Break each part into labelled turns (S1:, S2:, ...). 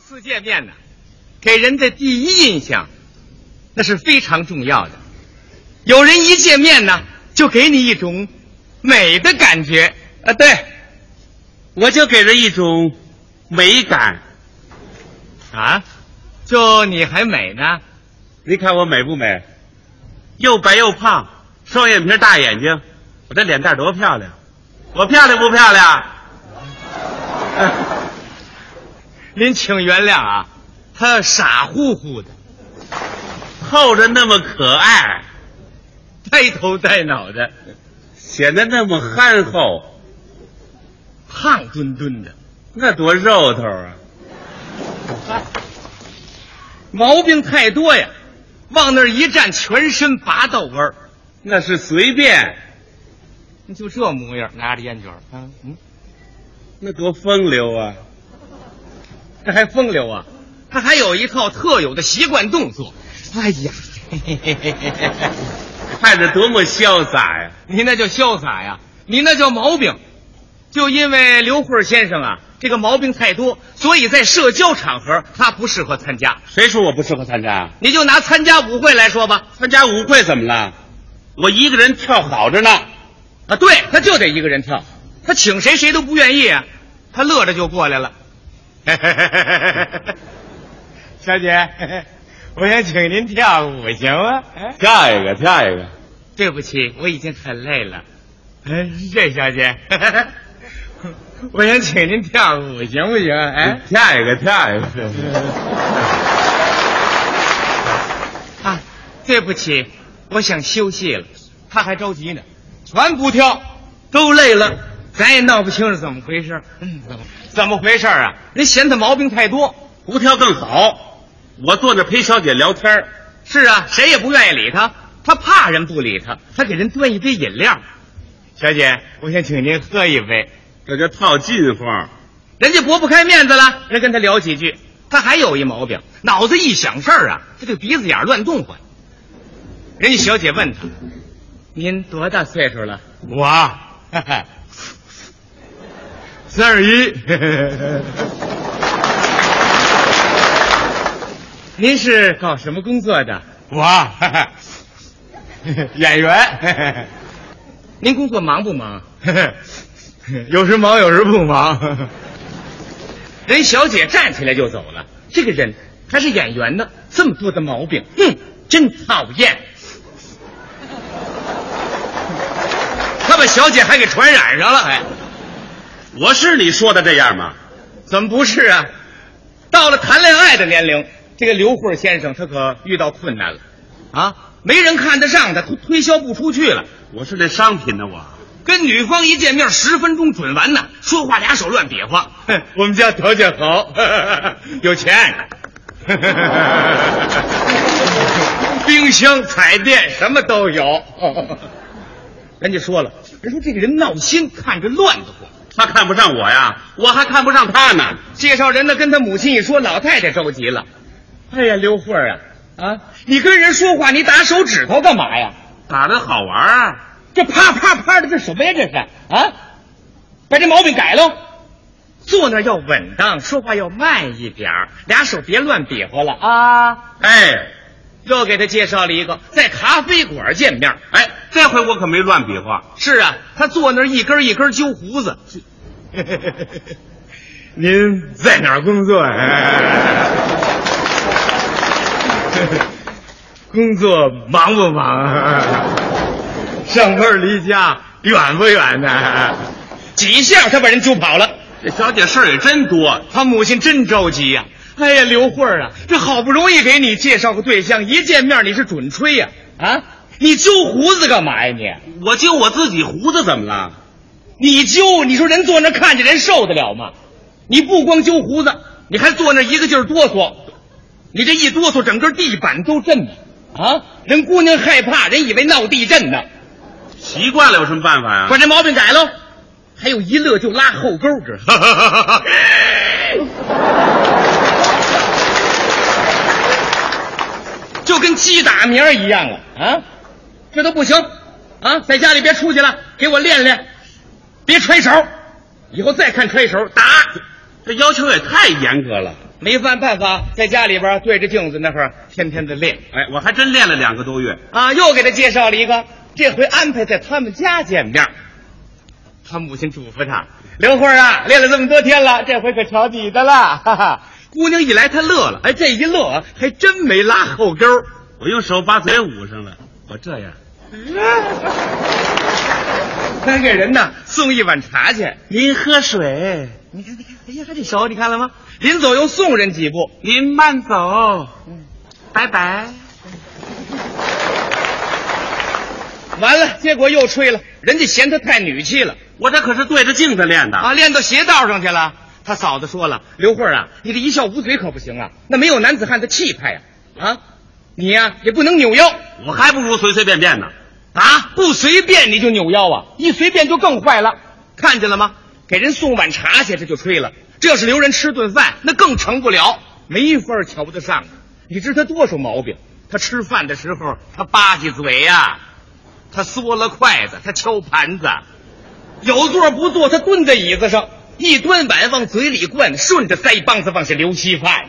S1: 次见面呢，给人的第一印象，那是非常重要的。有人一见面呢，就给你一种美的感觉。
S2: 啊，对，我就给人一种美感。
S1: 啊，就你还美呢，
S2: 您看我美不美？又白又胖，双眼皮儿大眼睛，我这脸蛋儿多漂亮！我漂亮不漂亮？
S1: 您请原谅啊，他傻乎乎的，
S2: 透着那么可爱，
S1: 呆头呆脑的，
S2: 显得那么憨厚，
S1: 胖墩墩的，
S2: 那多肉头啊！
S1: 毛病太多呀，往那儿一站，全身拔豆味儿，
S2: 那是随便，
S1: 你就这模样，拿着烟卷儿啊，嗯，
S2: 那多风流啊！
S1: 这还风流啊，他还有一套特有的习惯动作。哎呀，嘿嘿嘿嘿嘿嘿嘿
S2: 看着多么潇洒呀、
S1: 你那叫潇洒呀，你那叫毛病。就因为刘慧先生啊，这个毛病太多，所以在社交场合他不适合参加。
S2: 谁说我不适合参加啊？
S1: 你就拿参加舞会来说吧，
S2: 参加舞会怎么了？我一个人跳好着呢。
S1: 啊，对，他就得一个人跳，他请谁谁都不愿意啊，他乐着就过来了。 小姐，我想请您跳舞，行吗？
S2: 跳一个，跳一个。
S1: 对不起，我已经很累了。哎，任小姐， 我想请您跳舞，行不行？哎，
S2: 下一个，下一个。
S1: 啊，对不起，我想休息了。他还着急呢，全不跳，都累了，咱也闹不清是怎么回事。嗯，怎么怎么回事啊？人嫌他毛病太多。
S2: 不跳更好。我坐那陪小姐聊天儿
S1: 是啊，谁也不愿意理他，他怕人不理他，他给人端一杯饮料。小姐，我想请您喝一杯。
S2: 这叫套近乎。啊
S1: 人家驳不开面子了，人跟他聊几句。他还有一毛病，脑子一想事儿啊，他这鼻子眼儿乱动唤。人家小姐问他：“您多大岁数了？”我
S2: 啊
S1: 三十一。您是搞什么工作的？
S2: 我啊 演员，
S1: 您工作忙不忙？
S2: 有时忙，有时不忙。
S1: 人小姐站起来就走了。这个人还是演员呢，这么多的毛病，哼，真讨厌。他把小姐还给传染上了，哎还、
S2: 我是你说的这样吗？
S1: 怎么不是啊？到了谈恋爱的年龄，这个刘慧先生他可遇到困难了，啊，没人看得上他，推推销不出去了。
S2: 我是那商品呢，我。
S1: 跟女方一见面，十分钟准完呢，说话俩手乱比划。我们家条件好， 有钱， 冰箱、彩电什么都有。 人家说了，人说这个人闹心，看着乱得慌。
S2: 他看不上我呀，我还看不上他呢。
S1: 介绍人呢，跟他母亲一说，老太太着急了。哎呀，刘慧儿啊啊，你跟人说话，你打手指头干嘛呀？
S2: 打的好玩儿，啊
S1: 这啪啪啪的，这什么呀？这是啊，把这毛病改喽。坐那儿要稳当，说话要慢一点儿俩手别乱比划了啊。
S2: 哎
S1: 又给他介绍了一个，在咖啡馆见面。
S2: 哎，这回我可没乱比划。
S1: 是啊，他坐那儿一根一根揪胡 子。
S2: 您在哪儿工作呀、
S1: 工作忙不忙？啊 上班离家远不远呢？几下他把人揪跑了。
S2: 这小姐事儿也真多，
S1: 他母亲真着急呀、哎呀，刘慧儿啊，这好不容易给你介绍个对象，一见面你是准吹呀、啊！你揪胡子干嘛呀你？
S2: 我揪我自己胡子怎么了？
S1: 你揪，你说人坐那儿看着人受得了吗？你不光揪胡子，你还坐那儿一个劲儿哆嗦，你这一哆嗦，整个地板都震了啊！人姑娘害怕，人以为闹地震呢。
S2: 习惯了有什么办法呀、
S1: 把这毛病改喽。还有一乐就拉后钩儿，这就跟鸡打鸣儿一样了啊！这都不行啊！在家里别出去了，给我练练，别揣手，以后再看揣手打。
S2: 这要求也太严格了。
S1: 没办办法，在家里边对着镜子那会儿天天的练
S2: 哎，我还真练了两个多月。
S1: 啊。又给他介绍了一个，这回安排在他们家见面。他母亲嘱咐他：“刘慧儿啊，练了这么多天了，这回可瞧你的了。”哈哈，姑娘一来，他乐了。哎，这一乐啊还真没拉后跟儿。
S2: 我用手把嘴捂上了，我这样。
S1: 咱给人呐送一碗茶去，
S2: 您喝水，
S1: 你看，你看，哎呀，这手你看了吗？临走又送人几步，嗯
S2: 您慢走，拜拜。
S1: 完了，结果又吹了，人家嫌他太女气了
S2: 我这可是对着镜子练的。
S1: 啊，练到邪道上去了。他嫂子说了：“刘慧儿啊，你这一笑捂嘴可不行啊，那没有男子汉的气派呀、啊！你呀、也不能扭腰
S2: 我还不如随随便便呢。
S1: 啊，不随便你就扭腰啊，一随便就更坏了。看见了吗？给人送碗茶去，这就吹了。这要是留人吃顿饭，那更成不了，没法瞧得上。啊你知他多少毛病？他吃饭的时候，他吧唧嘴呀、他缩了筷子，他敲盘子，有座不坐，他蹲在椅子上，一端碗往嘴里灌，顺着腮帮子往下流稀饭。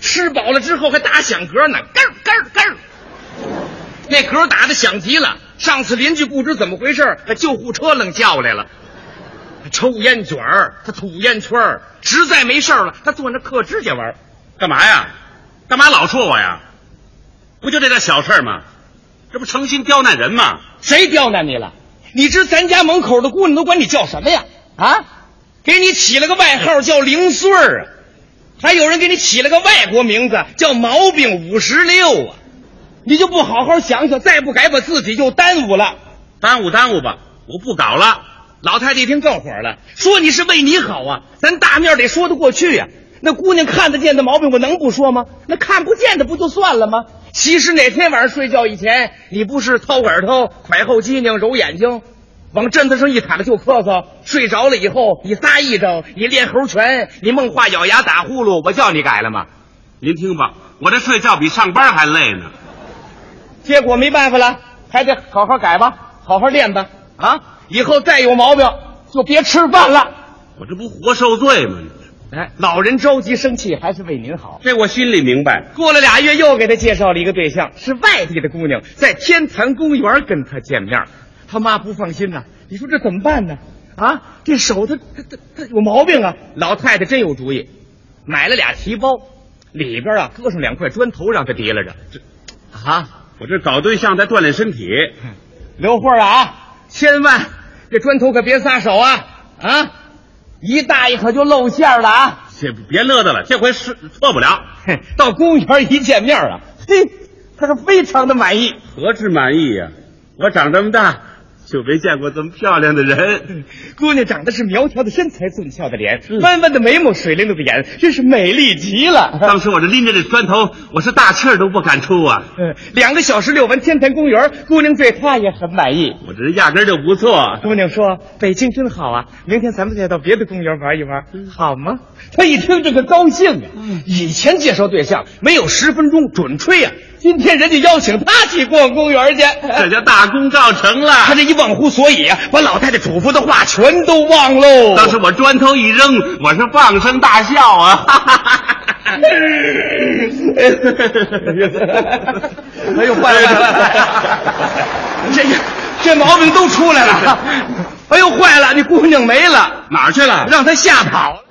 S1: 吃饱了之后还打响嗝呢，咯儿咯儿咯儿。那嗝打的响极了。上次邻居不知怎么回事儿，把救护车愣叫来了。他抽烟卷儿，他吐烟圈儿，实在没事儿了，他坐那嗑指甲玩儿。
S2: 干嘛呀？干嘛老戳我呀？不就这点小事儿吗？这不成心刁难人吗？
S1: 谁刁难你了？你知咱家门口的姑娘都管你叫什么呀？啊，给你起了个外号叫零碎儿啊，还有人给你起了个外国名字叫毛病五十六啊，你就不好好想想，再不改把自己就耽误了。
S2: 耽误耽误吧，我不搞了。
S1: 老太太一听更火了，说你是为你好啊，咱大面得说得过去呀、那姑娘看得见的毛病，我能不说吗？那看不见的不就算了吗？其实哪天晚上睡觉以前，你不是掏耳朵、拐后脊梁、揉眼睛，往枕头上一躺就咳嗽，睡着了以后你撒一张，你练猴拳，你梦话咬牙打呼噜，我叫你改了吗？
S2: 您听吧，我这睡觉比上班还累呢。
S1: 结果没办法了，还得好好改吧，好好练吧。啊，以后再有毛病就别吃饭了。
S2: 我这不活受罪吗？你这
S1: 哎，老人着急生气还是为您好。
S2: 这我心里明白。
S1: 过了俩月，又给他介绍了一个对象，是外地的姑娘，在天坛公园跟他见面。他妈不放心呐、你说这怎么办呢？啊，这手他他他他有毛病啊！老太太真有主意，买了俩提包，里边啊搁上两块砖头，让他提拉着。这啊，
S2: 我这搞对象在锻炼身体，
S1: 刘慧儿啊，千万这砖头可别撒手啊啊！一大爷可就露馅儿了啊！
S2: 这别乐得了，这回是错不了。
S1: 嘿 到公园一见面啊，嘿，他是非常的满意。
S2: 何止满意呀、我长这么大就没见过这么漂亮的人。
S1: 姑娘长得是苗条的身材，俊俏的脸，
S2: 嗯
S1: 弯弯的眉毛，水灵灵的眼，真是美丽极了。
S2: 当时我这拎着这砖头，我是大气儿都不敢出啊。
S1: 嗯，两个小时遛完天坛公园，姑娘对他也很满意。
S2: 我这人压根儿就 不错。
S1: 姑娘说：“北京真好啊，明天咱们再到别的公园玩一玩，
S2: 嗯
S1: 好吗？”他一听这个高兴啊！以前介绍对象没有十分钟准吹啊，今天人家邀请他去逛公园 去。
S2: 这叫大功告成 了。
S1: 他这一忘乎所以啊，把老太太嘱咐的话全都忘喽。
S2: 当时我砖头一扔，我是放声大笑啊！
S1: 哎呦，坏了坏了坏了！ 这这毛病都出来了。哎呦，坏了，那姑娘没了，
S2: 哪儿去了？
S1: 让他吓跑了。